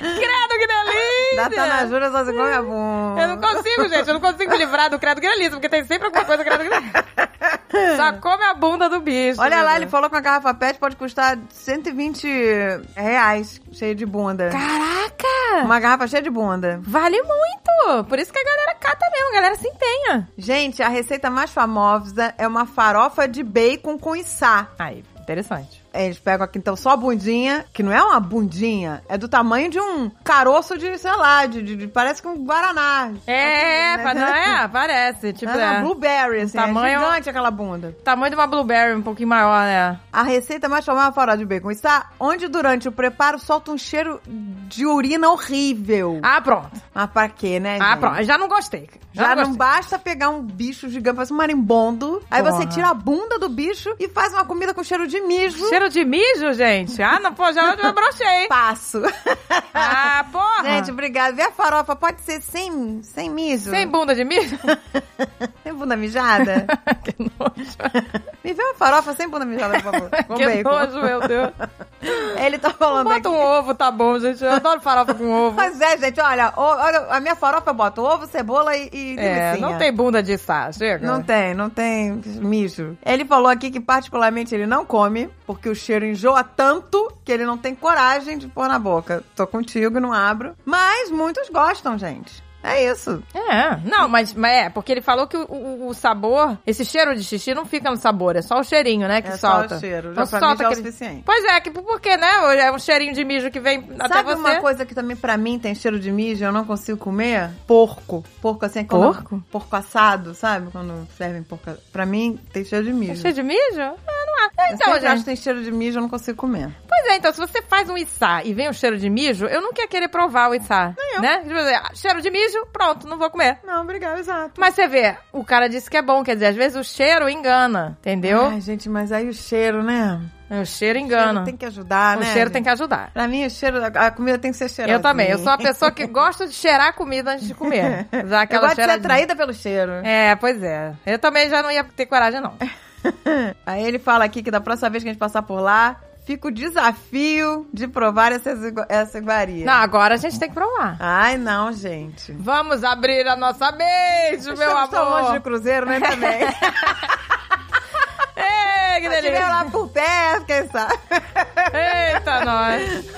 Credo, que delícia!
Dá tá na jura, só se come a bunda.
Eu não consigo, gente. Eu não consigo me livrar do credo grelhice, porque tem sempre alguma coisa credo grelhice. Só come a bunda do bicho.
Olha lá,
meu
ele
Deus.
falou que uma garrafa PET pode custar 120 reais, cheia de bunda.
Caraca!
Uma garrafa cheia de bunda.
Vale muito! Por isso que a galera cata mesmo, a galera se empenha.
Gente, a receita mais famosa é uma farofa de bacon com içá.
Aí, interessante.
Eles pegam aqui, então, só a bundinha, que não é uma bundinha, é do tamanho de um caroço de, sei lá, de, de- de- parece que um guaraná.
É,
Assim,
pa- não é? Parece. Tipo,
é uma
é.
blueberry, assim,
tamanho-
é gigante aquela bunda.
tamanho de uma blueberry, um pouquinho maior, né?
A receita mais famosa é a farofa de bacon com içá, onde durante o preparo solta um cheiro de urina horrível.
Ah, pronto.
Mas pra quê, né,
Ah,
gente?
pronto. Já não gostei. Já,
Já
não
não
gostei.
basta pegar um bicho gigante, parece um marimbondo. Aí
Porra.
você tira a bunda do bicho e faz uma comida com cheiro de mijo.
Cheiro de mijo, gente? Ah, não, pô, já eu brochei.
Passo.
Ah, porra.
Gente, obrigada. Vê a farofa, pode ser sem, sem mijo?
Sem bunda de mijo?
Sem bunda mijada?
que nojo.
Me vê uma farofa sem bunda mijada, por favor. Com
que
bacon.
nojo, meu Deus.
Ele tá falando
Bota
aqui.
um ovo, tá bom, gente. Eu adoro farofa com ovo.
Pois é, gente, olha, o- olha, a minha farofa eu boto ovo, cebola e, e
É,
linguicinha.
não tem bunda de sá, chega.
assim, Não tem, não tem mijo. Ele falou aqui que particularmente ele não come, porque o cheiro enjoa tanto que ele não tem coragem de pôr na boca. Tô contigo, não abro. Mas muitos gostam, gente. É isso.
É, não, mas, mas é, porque ele falou que o, o- o sabor, esse cheiro de xixi não fica no sabor, é só o cheirinho, né, que
É só
solta.
o cheiro, já
Então
pra mim
solta
já é o
aquele-
suficiente.
Pois é, que, porque, né, é um cheirinho de mijo que vem até
Sabe
você.
uma coisa que também pra mim tem cheiro de mijo e eu não consigo comer? Porco. Porco assim, quando-
Porco?
Porco assado, sabe? Quando servem porco. Pra mim tem cheiro de
É
mijo.
cheiro de mijo? Ah, não há.
Eu
Então,
sempre acho
gente,
que tem cheiro de mijo, eu não consigo comer.
Pois é, então, se você faz um içá e vem um cheiro de mijo, eu nunca ia querer provar o içá. Né? Tipo assim, ah, cheiro de mijo, pronto, não vou comer.
Não, obrigado, exato.
Mas você vê, o cara disse que é bom, quer dizer, às vezes o cheiro engana, entendeu?
Ai, gente, mas aí o cheiro, né?
o cheiro
O cheiro
engana.
tem que ajudar,
o
né?
cheiro tem
gente?
que ajudar.
Pra mim, o cheiro, a comida tem que ser cheirosa.
Eu também, eu sou uma pessoa que gosta de cheirar a comida antes de comer. Já
Eu
aquela
gosto de ser
cheiradinha.
atraída pelo cheiro.
É, pois é. Eu também já não ia ter coragem, não.
É. Aí ele fala aqui que da próxima vez que a gente passar por lá, fica o desafio de provar essas igua- essa iguaria.
Não, agora a gente tem que provar.
Ai, não, gente.
Vamos abrir a nossa mente, meu
Estamos tão longe
amor.
de cruzeiro, né, também.
Ei, que
Se tiver
delícia.
lá por perto, quem sabe.
Eita, nós.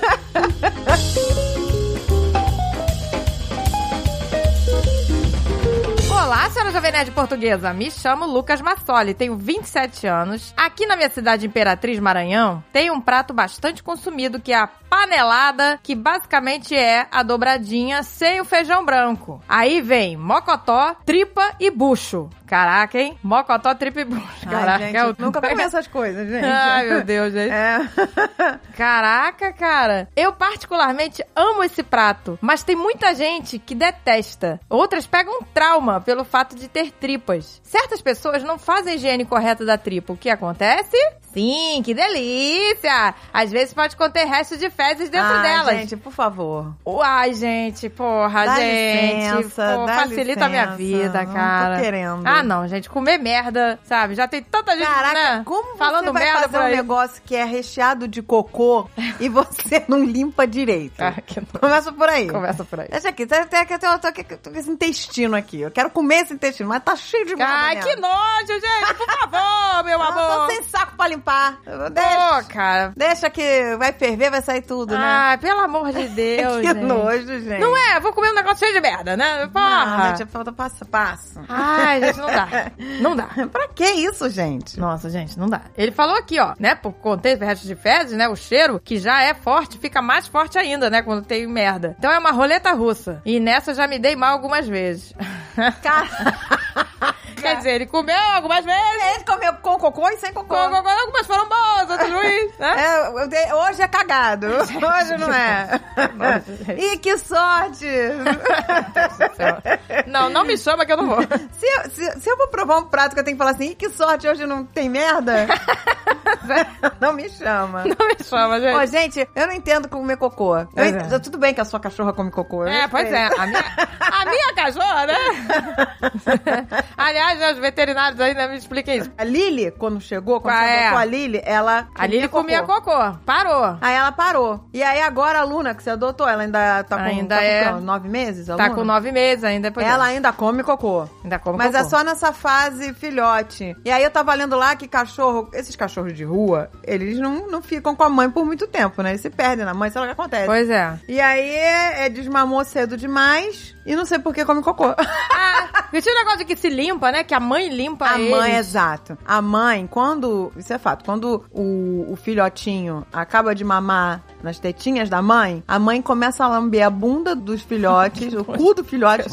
Olá, senhoras Fala, Jovem Nerd Portuguesa. Me chamo Lucas Massoli, tenho 27 anos. Aqui na minha cidade Imperatriz Maranhão, tem um prato bastante consumido que é a panelada, que basicamente é a dobradinha sem o feijão branco. Aí vem mocotó, tripa e bucho. Caraca, hein? Mocotó, tripa e bucho. Caraca,
Ai,
eu
gente, nunca comi essas coisas, gente.
Ai, meu Deus, gente.
É.
Caraca, cara. Eu particularmente amo esse prato, mas tem muita gente que detesta. Outras pegam um trauma pelo fato de ter tripas. Certas pessoas não fazem a higiene correta da tripa. O que acontece? Sim, que delícia! Às vezes pode conter restos de fezes dentro
Ah,
delas.
Gente, por favor.
Uai, gente, porra,
Dá
gente.
licença,
pô,
dá
facilita a minha
licença.
vida,
Não
cara.
tô querendo.
Ah, não, gente, comer merda, sabe? Já tem tanta gente
Caraca,
né,
como
falando
você vai
merda
fazer
por
um
aí.
negócio que é recheado de cocô e você não limpa direito?
Ah, que nojo.
Começa por aí.
Começa por aí.
Deixa aqui, tem, tem, tem, tem, tem, tem, tem esse intestino aqui. Eu quero comer esse intestino, mas tá cheio de merda
Ai,
nela.
que nojo, gente! Por favor, meu
Eu
amor!
tô sem saco pra limpar. Eu- Deixa,
Pô, cara.
deixa que vai ferver, vai sair é tudo, né?
Ai, pelo amor de Deus,
que
gente.
nojo, gente.
Não é? Vou comer um negócio cheio de merda, né? Porra!
Não, gente, falta passo a passo.
Ai, gente, não dá. Não dá.
Pra que isso, gente?
Nossa, gente, não dá. Ele falou aqui, ó, né? Por conter restos de fezes, né? O cheiro, que já é forte, fica mais forte ainda, né? Quando tem merda. Então é uma roleta russa. E nessa eu já me dei mal algumas vezes. Quer dizer, ele comeu algumas vezes.
Ele comeu com cocô e sem cocô.
É.
né?
com- com- com- Algumas foram boas, outras ruins, né?
É, eu dei- hoje é cagado. Hoje não é. Ih, que sorte!
Não, não me chama que eu não vou.
Se, eu- se, se eu vou provar um prato que eu tenho que falar assim, Ih, que sorte, hoje não tem merda, não me chama.
Não me chama, gente.
Ô, gente, eu não entendo comer cocô. Eu
Pois
ent-
é.
Tudo bem que a sua cachorra come cocô. eu
É, pois é.
respeito.
A minha, a minha cachorra, né? Aliás, né, os veterinários ainda me expliquem isso.
A Lili, quando chegou, quando
Qual
chegou
é?
com a Lili, ela.
A Lili comia cocô. Parou.
Aí ela parou. E aí agora a Luna, que você adotou, ela ainda tá com,
Ainda
tá com
é.
quê? nove meses? A
Tá
Luna?
com nove meses ainda. Pois é.
Então Ela ainda come cocô.
ainda come
Mas
cocô.
é só nessa fase filhote. E aí eu tava lendo lá que cachorro, esses cachorros de rua, eles não, não ficam com a mãe por muito tempo, né? Eles se perdem na mãe, sei lá o que acontece.
Pois é.
E aí é, desmamou cedo demais e não sei por que come cocô.
Ah, e tinha um negócio de que se limpa, né? Que a mãe limpa
A
eles.
mãe, é exato. A mãe, quando. Isso é fato. Quando o, o filhotinho acaba de mamar nas tetinhas da mãe, a mãe começa a lamber a bunda dos filhotes, o cu do filhote.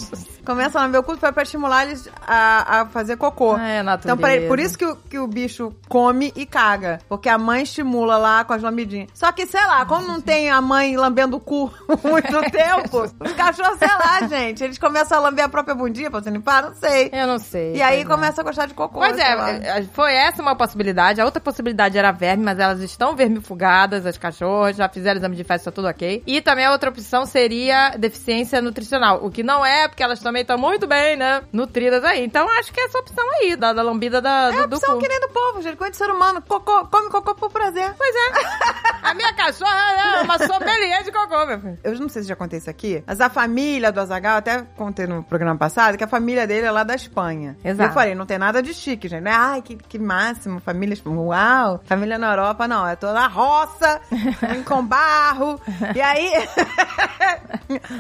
começa a lamber o cu pra, pra estimular eles a, a fazer cocô.
Ah, é natureza.
Então, pra- por isso que o, que o bicho come e caga. Porque a mãe estimula lá com as lambidinhas. Só que, sei lá, como não tem a mãe lambendo o cu muito tempo, os cachorros, sei lá, gente, eles começam a lamber a própria bundinha pra se limpar, não sei.
Eu não sei.
E aí
pois é.
começa a gostar de cocô.
Pois
sei lá.
é, foi essa uma possibilidade. A outra possibilidade era verme, mas elas estão vermifugadas, as cachorras, já fizeram exame de festa, tá tudo ok. E também a outra opção seria deficiência nutricional, o que não é, porque elas também estão muito bem, né, nutridas aí. Então acho que é essa opção aí, da, da lambida da,
É a
do, do
opção
cu.
que nem do povo, gente. Coisa de ser humano. Cocô, come cocô por prazer.
Pois é. A minha cachorra é uma sommelier de cocô, meu filho.
Eu não sei se já contei isso aqui, mas a família do Azagal, até contei no programa passado, que a família dele é lá da Espanha.
Exato.
E eu falei, não tem nada de chique, gente. Não é, Ai, que, que máximo, família espanhola. Uau, família na Europa, não. É toda roça, em com barro. E aí.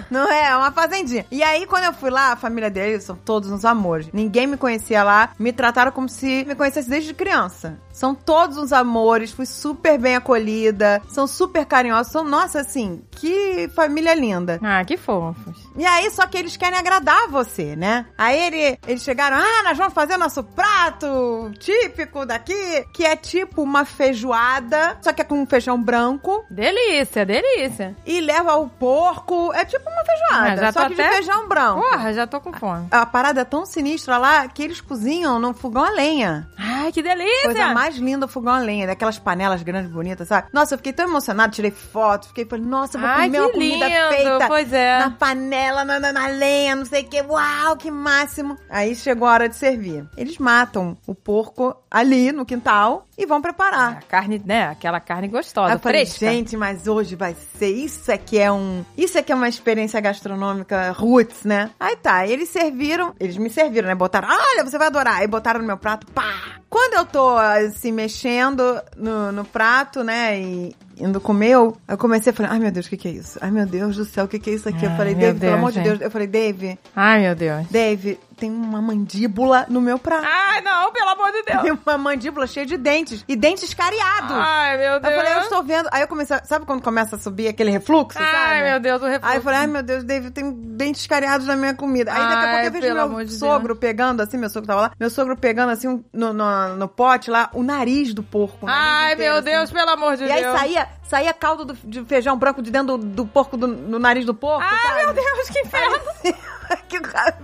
não é, é uma fazendinha. E aí, quando eu fui lá, a família dele são todos uns amores. Ninguém me conhecia lá, me trataram como se me conhecesse desde criança. São todos uns amores, fui super bem acolhida, são super carinhosos, são, nossa, assim, que família linda.
Ah, que fofos.
E aí, só que eles querem agradar você, né? Aí ele, eles chegaram, ah, nós vamos fazer nosso prato típico daqui, que é tipo uma feijoada, só que é com feijão branco,
Delícia, delícia.
e leva o porco, é tipo uma feijoada,
Ah, já
só
tô
que de
até-
feijão branco.
Porra, já tô com fome.
A parada é tão sinistra lá que eles cozinham num fogão a lenha.
Ai, que delícia!
Coisa mais linda o fogão a lenha, daquelas panelas grandes, bonitas, sabe? Nossa, eu fiquei tão emocionada, tirei foto, fiquei falei, nossa, eu vou
Ai,
comer uma
que
comida
lindo,
feita
pois é.
na panela, na, na, na lenha, não sei o que, uau, que máximo. Aí chegou a hora de servir. Eles matam o porco ali no quintal e vão preparar.
A carne, né? Aquela carne gostosa,
Aí eu falei,
fresca.
gente, mas hoje vai ser. Isso é que é um. Isso é que é uma experiência gastronômica roots, né? Aí tá, eles serviram, eles me serviram, né? Botaram, olha, você vai adorar. Aí botaram no meu prato, pá! Quando eu tô assim, mexendo no, no prato, né? E indo comer, eu eu comecei a falar, ai meu Deus, o que, que é isso? Ai meu Deus do céu, o que, que é isso aqui? eu
Ai,
falei,
meu
Dave, pelo
Deus,
amor de
gente.
Deus. Eu falei, Dave,
Ai, meu Deus.
Dave, tem uma mandíbula no meu prato.
Ai, não, pelo amor de Deus.
Tem uma mandíbula cheia de dentes. E dentes cariados.
Ai, meu
eu
Deus.
falei, eu estou vendo. Aí eu comecei. a- Sabe quando começa a subir aquele refluxo?
Ai,
sabe?
meu Deus, o refluxo.
Aí eu falei, ai meu Deus, David, tem dentes cariados na minha comida. Aí daqui a
Ai,
pouco eu vejo
pelo
meu
amor de
sogro pegando assim, meu sogro tava lá, meu sogro pegando assim um- no, no, no pote lá, o nariz do porco. o nariz
Ai,
inteiro,
meu
assim.
Deus, pelo amor de
E
Deus.
aí saía, saía caldo do- de feijão branco de dentro do, do porco, do, do nariz do porco.
Ai,
sabe?
meu Deus, que inferno.
que cara-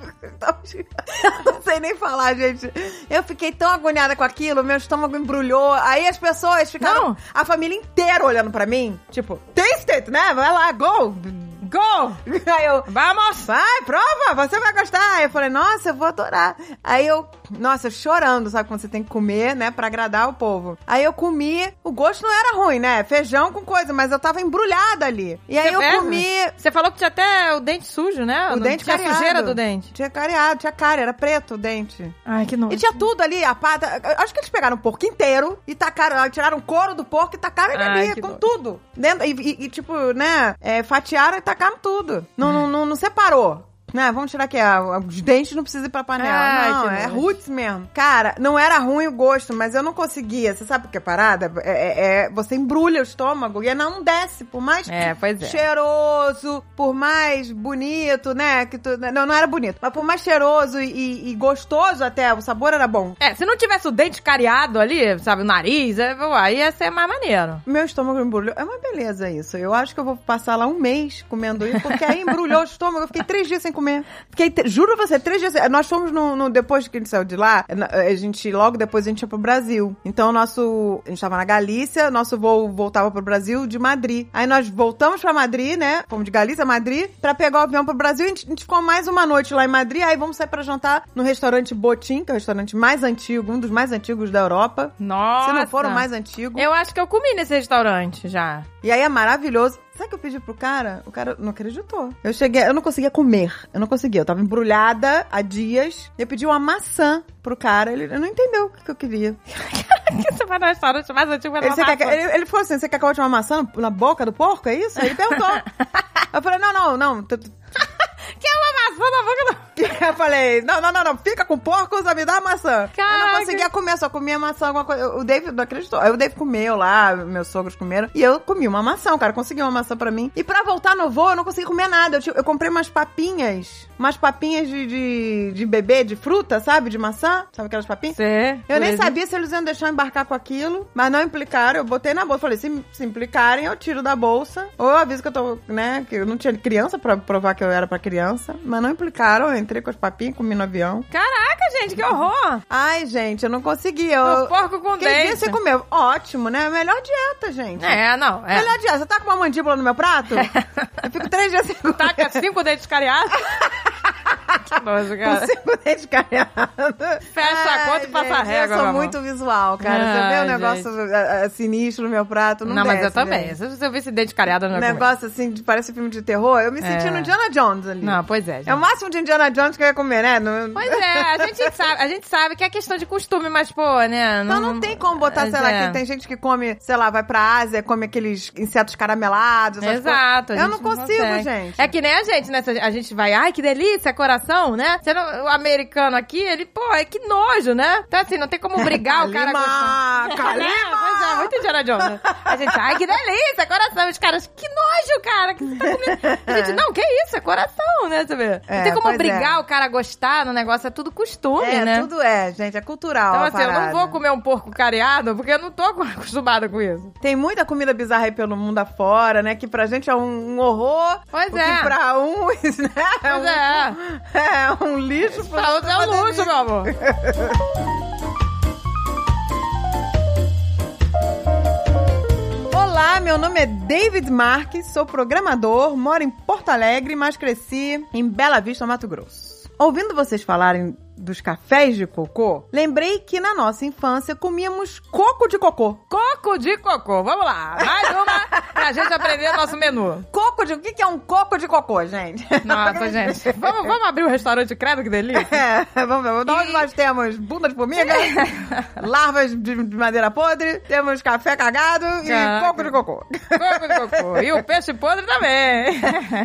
Eu não sei nem falar, gente. Eu fiquei tão agoniada com aquilo, meu estômago embrulhou. Aí as pessoas ficaram.
Não.
A família inteira olhando pra mim. Tipo, taste it, né? Vai lá, go!
Go!
Aí eu.
Vamos!
Vai, prova, você vai gostar. Aí eu falei, nossa, eu vou adorar. Aí eu, nossa, chorando, sabe quando você tem que comer, né, pra agradar o povo. Aí eu comi, o gosto não era ruim, né? Feijão com coisa, mas eu tava embrulhada ali. E aí
Você
eu
pega?
comi.
Você falou que tinha até o dente sujo, né?
O
Não
dente
tinha
Tá, cariado.
sujeira do dente.
Tinha cariado, tinha cara, era preto o dente.
Ai, que
E
nojo.
tinha tudo ali, a pata. Acho que eles pegaram o porco inteiro e tacaram, tiraram o couro do porco e tacaram ele
Ai,
ali,
que
com
nojo.
tudo. Dentro, e, e- e, tipo, né, é, fatiaram e tacaram tudo. Não, não, não, não separou. Né, vamos tirar aqui, ah, os dentes não precisa ir pra panela.
Ai,
não,
que
é
nojo.
roots mesmo. Cara, não era ruim o gosto, mas eu não conseguia. Você sabe o que é parada? É, é- é- você embrulha o estômago e não desce, por mais
É, pois é.
cheiroso, por mais bonito, né? Que tu, não, não era bonito, mas por mais cheiroso e, e gostoso até, o sabor era bom.
É, se não tivesse o dente cariado ali, sabe, o nariz, é- aí ia ser mais maneiro.
Meu estômago embrulhou. É uma beleza isso. Eu acho que eu vou passar lá um mês comendo isso, porque aí embrulhou o estômago. Eu fiquei três dias sem comer. Fiquei, te- juro pra você, três dias sem... Nós fomos no, no- Depois que a gente saiu de lá, na- a gente... Logo depois a gente ia pro Brasil. Então, o nosso... A gente tava na Galícia, nosso voo voltava pro Brasil de Madrid. Aí nós voltamos pra Madrid, né? Fomos de Galícia a Madrid, pra pegar o avião pro Brasil. E a gente, a gente ficou mais uma noite lá em Madrid. Aí vamos sair pra jantar no restaurante Botim, que é o restaurante mais antigo, um dos mais antigos da Europa.
Nossa.
Se não for o mais antigo.
Eu acho que eu comi nesse restaurante já.
E aí é maravilhoso. Sabe o que eu pedi pro cara? O cara não acreditou. Eu cheguei, eu não conseguia comer. Eu não conseguia. Eu tava embrulhada há dias. Eu pedi uma maçã pro cara. Ele ele não entendeu o que que eu queria.
Que você vai no restaurante mais antigo vai
Ele, você
tomar
quer-
É maçã.
ele, ele falou assim: você quer que eu bote uma maçã na boca do porco? É isso? Aí ele perguntou. eu falei: não, não, não. Tu- tu-
Quer uma maçã na boca do...
Eu falei, não, não, não, não, fica com o porco, só me dá a maçã. Eu
Caraca.
não conseguia comer, só comia maçã, alguma coisa. O David não acreditou. Aí o David comeu lá, meus sogros comeram. E eu comi uma maçã, o cara conseguiu uma maçã pra mim. E pra voltar no voo, eu não consegui comer nada. Eu, tive- eu comprei umas papinhas, umas papinhas de, de, de bebê, de fruta, sabe? De maçã. Sabe aquelas papinhas?
Você...
Eu nem
Luiz.
sabia se eles iam deixar eu embarcar com aquilo, mas não implicaram. Eu botei na bolsa. Falei, se, se implicarem, eu tiro da bolsa. Ou eu aviso que eu tô, né? Que eu não tinha criança pra provar que eu era pra criança. Mas não implicaram. Eu entrei com os papinhos, comi no avião.
Caraca, gente, que horror.
Ai, gente, eu não consegui.
O
Eu... um
porco com
Quem
dente.
disse você comeu? Ótimo, né? Melhor dieta, gente.
É, não, é.
Melhor dieta. Você tá com uma mandíbula no meu prato? eu fico três dias sem comer.
Taca cinco dentes cariados. que nojo,
Com
cara.
cinco dentes cariados.
É. Fecha a
Ai,
conta e passa
gente,
a régua,
Eu sou
Babão.
muito visual, cara. Você vê
Ai,
um negócio ah, ah, sinistro no meu prato, não
Não, mas
desce,
eu também.
gente.
Se eu visse dente cariado, eu não
Um
ia comer.
negócio assim, de, parece filme de terror. Eu me
É.
senti no Indiana Jones ali.
Não, pois é, gente.
É o máximo de Indiana Jones que eu ia comer, né? Não-
Pois é, a gente sabe, a gente sabe que é questão de costume, mas, pô, né?
Então não tem como botar, sei lá,
é.
que tem gente que come, sei lá, vai pra Ásia, come aqueles insetos caramelados. essas
Exato. a
coisas. Eu não
gente
consigo,
consegue.
gente.
É que nem a gente, né? Se A gente vai, ai, que delícia, coração, né? Você não- o americano aqui, ele, pô, é que nojo, né? Então, assim, não tem como brigar o cara... com-
Calima!
É, pois é,
Calima!
muito Indiana Jones. né? A gente, ai, que delícia, coração. Os caras, que nojo, cara, que você tá comendo. A gente, não, que isso, é coração, né? Você vê?
É,
não tem como
pois
brigar
é.
o cara a gostar no negócio, é tudo costume,
É,
né?
tudo é, gente. É cultural
Então,
a
assim, eu não
parada.
vou comer um porco careado, porque eu não tô acostumada com isso.
Tem muita comida bizarra aí pelo mundo afora, né? Que pra gente é um, um horror.
Pois
o
é.
Que pra uns, né? é
Pois
um-
é.
É um lixo.
Pra outro é um
uma
luxo, meu amor.
Olá, meu nome é David Marques, sou programador, moro em Porto Alegre, mas cresci em Bela Vista, Mato Grosso. Ouvindo vocês falarem dos cafés de cocô, lembrei que na nossa infância comíamos coco de cocô.
Coco de cocô. Vamos lá. Mais uma pra gente aprender nosso menu.
Coco de. O que que é um coco de cocô, gente?
Nossa, gente. Vamos, vamos abrir o restaurante, credo que delícia.
É, vamos ver. De onde nós temos bunda de formiga, larvas de, de madeira podre, temos café cagado e
Caraca.
coco de cocô.
Coco de cocô. E o peixe podre também.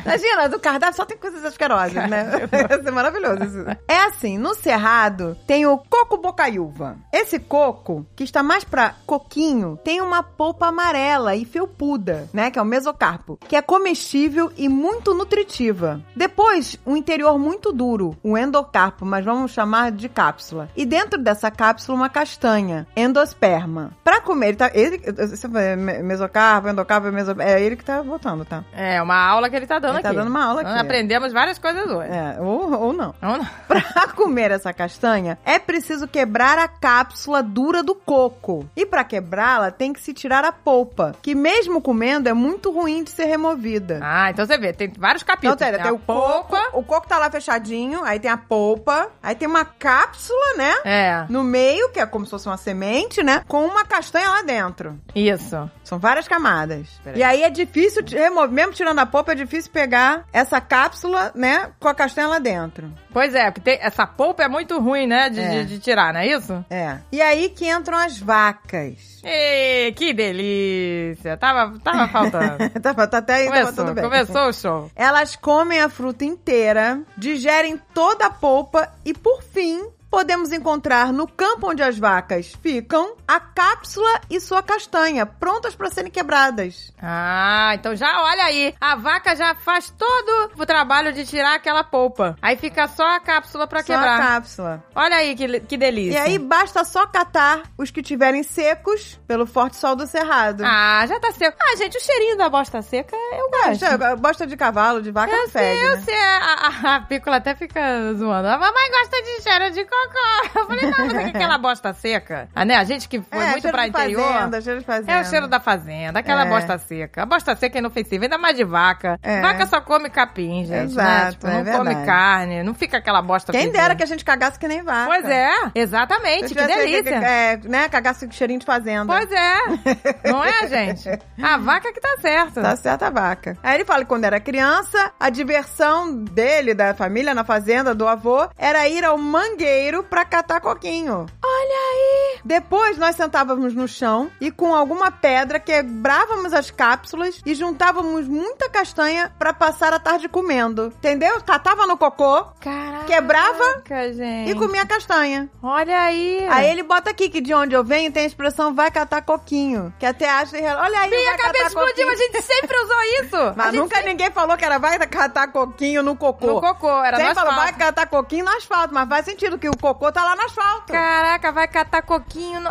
Imagina, do cardápio só tem coisas asquerosas, né? Isso é maravilhoso. Isso. É assim, no Cerrado tem o coco bocaiúva. Esse coco, que está mais pra coquinho, tem uma polpa amarela e felpuda, né? Que é o mesocarpo, que é comestível e muito nutritiva. Depois, um interior muito duro, o endocarpo, mas vamos chamar de cápsula. E dentro dessa cápsula, uma castanha, endosperma. Pra comer, ele tá... Ele, esse é me- mesocarpo, endocarpo, mesocarpo... É ele que tá botando, tá?
É, uma aula que ele tá dando
Ele
aqui.
tá dando uma aula aqui.
Aprendemos várias coisas hoje. Então,
É, ou, ou não.
Vamos lá.
Pra comer essa castanha, é preciso quebrar a cápsula dura do coco. E pra quebrá-la, tem que se tirar a polpa, que mesmo comendo é muito ruim de ser removida.
Ah, então você vê, tem vários
Então,
capítulos.
tem, tem
a
o coco, o coco tá lá fechadinho, aí tem a polpa, aí tem uma cápsula, né?
É,
No meio, que é como se fosse uma semente, né? Com uma castanha lá dentro.
isso.
São várias camadas. E aí é difícil de remover, mesmo tirando a polpa, é difícil pegar essa cápsula, né? Com a castanha lá dentro.
Pois é, porque tem- essa polpa é muito ruim, né? De,
É.
de- de tirar, não é isso?
É. E aí que entram as vacas.
Ê, que delícia! Tava, tava faltando.
tá, tá até aí, tá tudo
começou,
bem.
começou o show.
Elas comem a fruta inteira, digerem toda a polpa e, por fim, podemos encontrar no campo onde as vacas ficam a cápsula e sua castanha, prontas para serem quebradas.
Ah, então já olha aí. A vaca já faz todo o trabalho de tirar aquela polpa. Aí fica só a cápsula pra
Só a
quebrar.
cápsula.
Olha aí que, que delícia.
E aí basta só catar os que tiverem secos pelo forte sol do cerrado.
Ah, já tá seco. Ah, gente, o cheirinho da bosta seca eu
Ah,
gosto.
já- bosta de cavalo, de vaca,
Eu
não fede,
sei, eu
né?
sei. A, a, a pícola até fica zoando. A mamãe gosta de cheiro de cocô. Eu falei, não, mas é que aquela bosta seca. Ah, né? A gente que foi
É,
muito
cheiro
pra
de
interior.
Fazenda, cheiro de fazenda.
É o cheiro da fazenda, aquela
É.
bosta seca. A bosta seca é inofensiva, ainda mais de vaca.
É.
Vaca só come capim, gente. né?
Exato,
Tipo,
é
não come
verdade.
carne, não fica aquela bosta
Quem
fedendo.
dera que a gente cagasse que nem vaca.
Tá Pois é,
Se
exatamente, que
tivesse-
delícia.
É, né? Cagasse com cheirinho de fazenda.
Pois é, não é, gente? A vaca que tá certa.
Tá certa a vaca. Aí ele fala que quando era criança, a diversão dele, da família, na fazenda, do avô, era ir ao mangueiro pra catar coquinho. Olha aí! Depois nós sentávamos no chão e com alguma pedra quebrávamos as cápsulas e juntávamos muita castanha pra passar a tarde comendo. Entendeu? Catava no cocô
Caraca,
Quebrava
gente.
é e comia castanha.
Olha aí.
Aí ele bota aqui que de onde eu venho tem a expressão vai catar coquinho. Que até acha. irre- Olha aí,
Minha
vai catar
cabeça explodiu,
coquinho.
a gente sempre usou isso.
Mas
a gente
nunca ninguém falou que era vai catar coquinho no cocô.
No cocô, era
Sempre
no
falou vai
asfalto.
catar coquinho no asfalto, mas faz sentido que o cocô tá lá no asfalto.
Caraca, vai catar coquinho. No...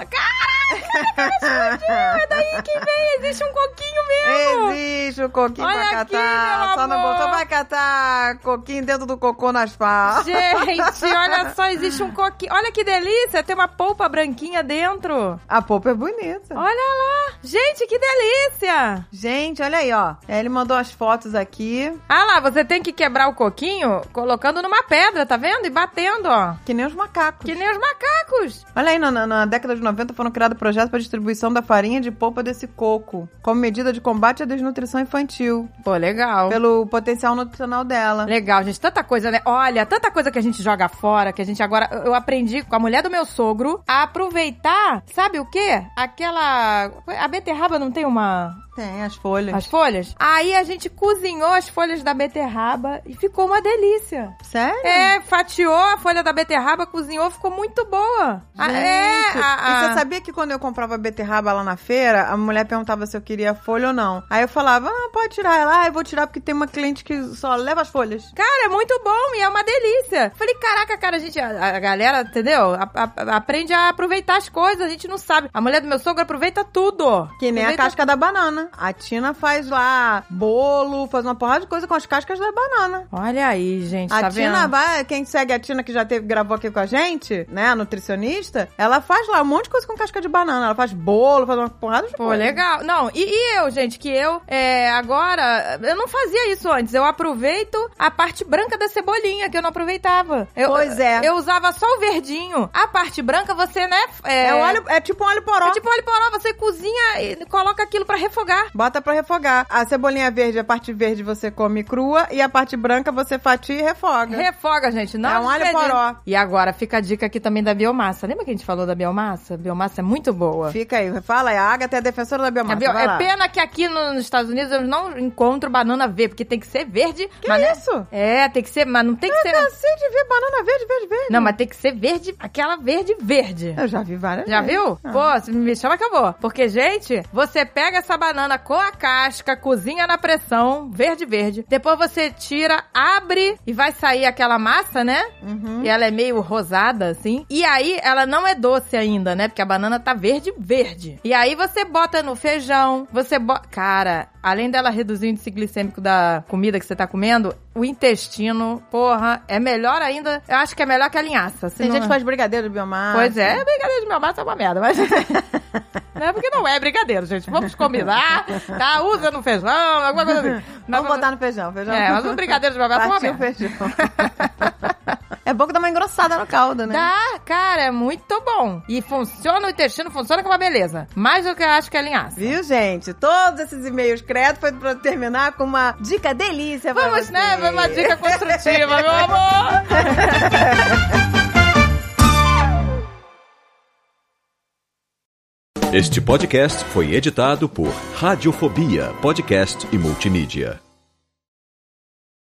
Caraca, é daí que vem, existe um coquinho mesmo.
Existe o coquinho
Olha
pra
aqui,
catar.
meu
só não
amor.
botou vai catar coquinho dentro do cocô no asfalto.
Gente, olha só, existe um coquinho. Olha que delícia, tem uma polpa branquinha dentro.
A polpa é bonita.
Olha lá. Gente, que delícia.
Gente, olha aí, ó. É, Ele mandou as fotos aqui,
Ah lá, você tem que quebrar o coquinho colocando numa pedra, tá vendo? E batendo, ó.
que nem os macacos.
Que nem os macacos.
Olha aí, na, na- na década de 90 foram criados projetos para distribuição da farinha de polpa desse coco, como medida de combate à desnutrição infantil,
Pô, legal.
pelo potencial nutricional dela.
Legal, gente. Tanta coisa, né? Olha, tanta coisa que a gente joga fora, que a gente agora. Eu aprendi com a mulher do meu sogro a aproveitar, sabe o quê? Aquela. A beterraba não tem uma.
Tem as folhas.
As folhas? Aí a gente cozinhou as folhas da beterraba e ficou uma delícia.
Sério?
É, fatiou a folha da beterraba, cozinhou, ficou muito boa. Ah, é,
Gente,
a-
E você
a-
sabia que quando eu comprava beterraba lá na feira, a mulher perguntava se eu queria folha ou não. Aí eu falava, ah, pode tirar. Ela, ah, eu vou tirar porque tem uma cliente que só leva as folhas.
Cara, é muito bom e é uma delícia. Falei, caraca, cara, a gente, a, a galera, entendeu? A- a- aprende a aproveitar as coisas, a gente não sabe. A mulher do meu sogro aproveita tudo. Pô,
Que nem a
aproveita-
casca da banana. A Tina faz lá bolo, faz uma porrada de coisa com as cascas da banana.
Olha aí, gente,
A
tá
Tina
vendo?
vai, quem segue a Tina que já teve, gravou aqui com a gente, né, a nutricionista, ela faz lá um monte de coisa com casca de banana. Ela faz bolo, faz uma porrada de
Pô,
coisa.
legal. Não, e, e eu, gente, que eu é, agora. Eu não fazia isso antes. Eu aproveito a parte branca da cebolinha, que eu não aproveitava. Eu-
Pois é.
Eu usava só o verdinho. A parte branca, você, né?
É, óleo, é tipo um óleo poró.
É tipo óleo poró, você cozinha e coloca aquilo pra refogar.
Bota pra refogar. A cebolinha verde, a parte verde você come crua e a parte branca você fatia e refoga.
Refoga, gente. Não
É um alho
desperdiça.
poró.
E agora fica a dica aqui também da biomassa. Lembra que a gente falou da biomassa? Biomassa é muito boa.
Fica aí, fala aí. A Agatha é a defensora da biomassa.
É, bio-
vai
é
lá.
pena que aqui no- nos Estados Unidos eu não encontro banana verde, porque tem que ser verde.
Que
mas né-
isso?
É, tem que ser, mas não tem que ser.
Cansei de ver banana verde, verde, verde.
Não, mas tem que ser verde, aquela verde verde.
Eu já vi várias
Já
vezes.
viu?
Ah.
Pô, se me chama que eu vou. Porque, gente, você pega essa banana com a casca, cozinha na pressão, verde, verde. Depois você tira, abre e vai sair aquela massa, né?
Uhum.
E ela é meio rosada, assim. E aí, ela não é doce ainda, né? Porque a banana tá verde, verde. E aí, você bota no feijão, você bota... Cara, além dela reduzir o índice glicêmico da comida que você tá comendo, o intestino, porra, é melhor ainda... Eu acho que é melhor que a linhaça. se
Tem
não
gente
é.
que faz brigadeiro de biomassa.
Pois é, brigadeiro de biomassa é uma merda, mas. não é porque não é brigadeiro, gente. Vamos combinar, tá? Usa no feijão, alguma coisa assim. Mas
Vamos botar no feijão, feijão.
É, mas um brigadeiro de biomassa é uma
Partiu o
merda.
feijão. é bom que dá uma engrossada no caldo, né?
Tá, cara, é muito bom. E funciona o intestino, funciona com uma beleza. Mais do que eu acho que é linhaça.
Viu, gente? Todos esses e-mails credo foi pra terminar com uma dica delícia pra
Vamos,
você.
né? Foi uma dica construtiva, meu amor.
Este podcast foi editado por Radiofobia, podcast e multimídia.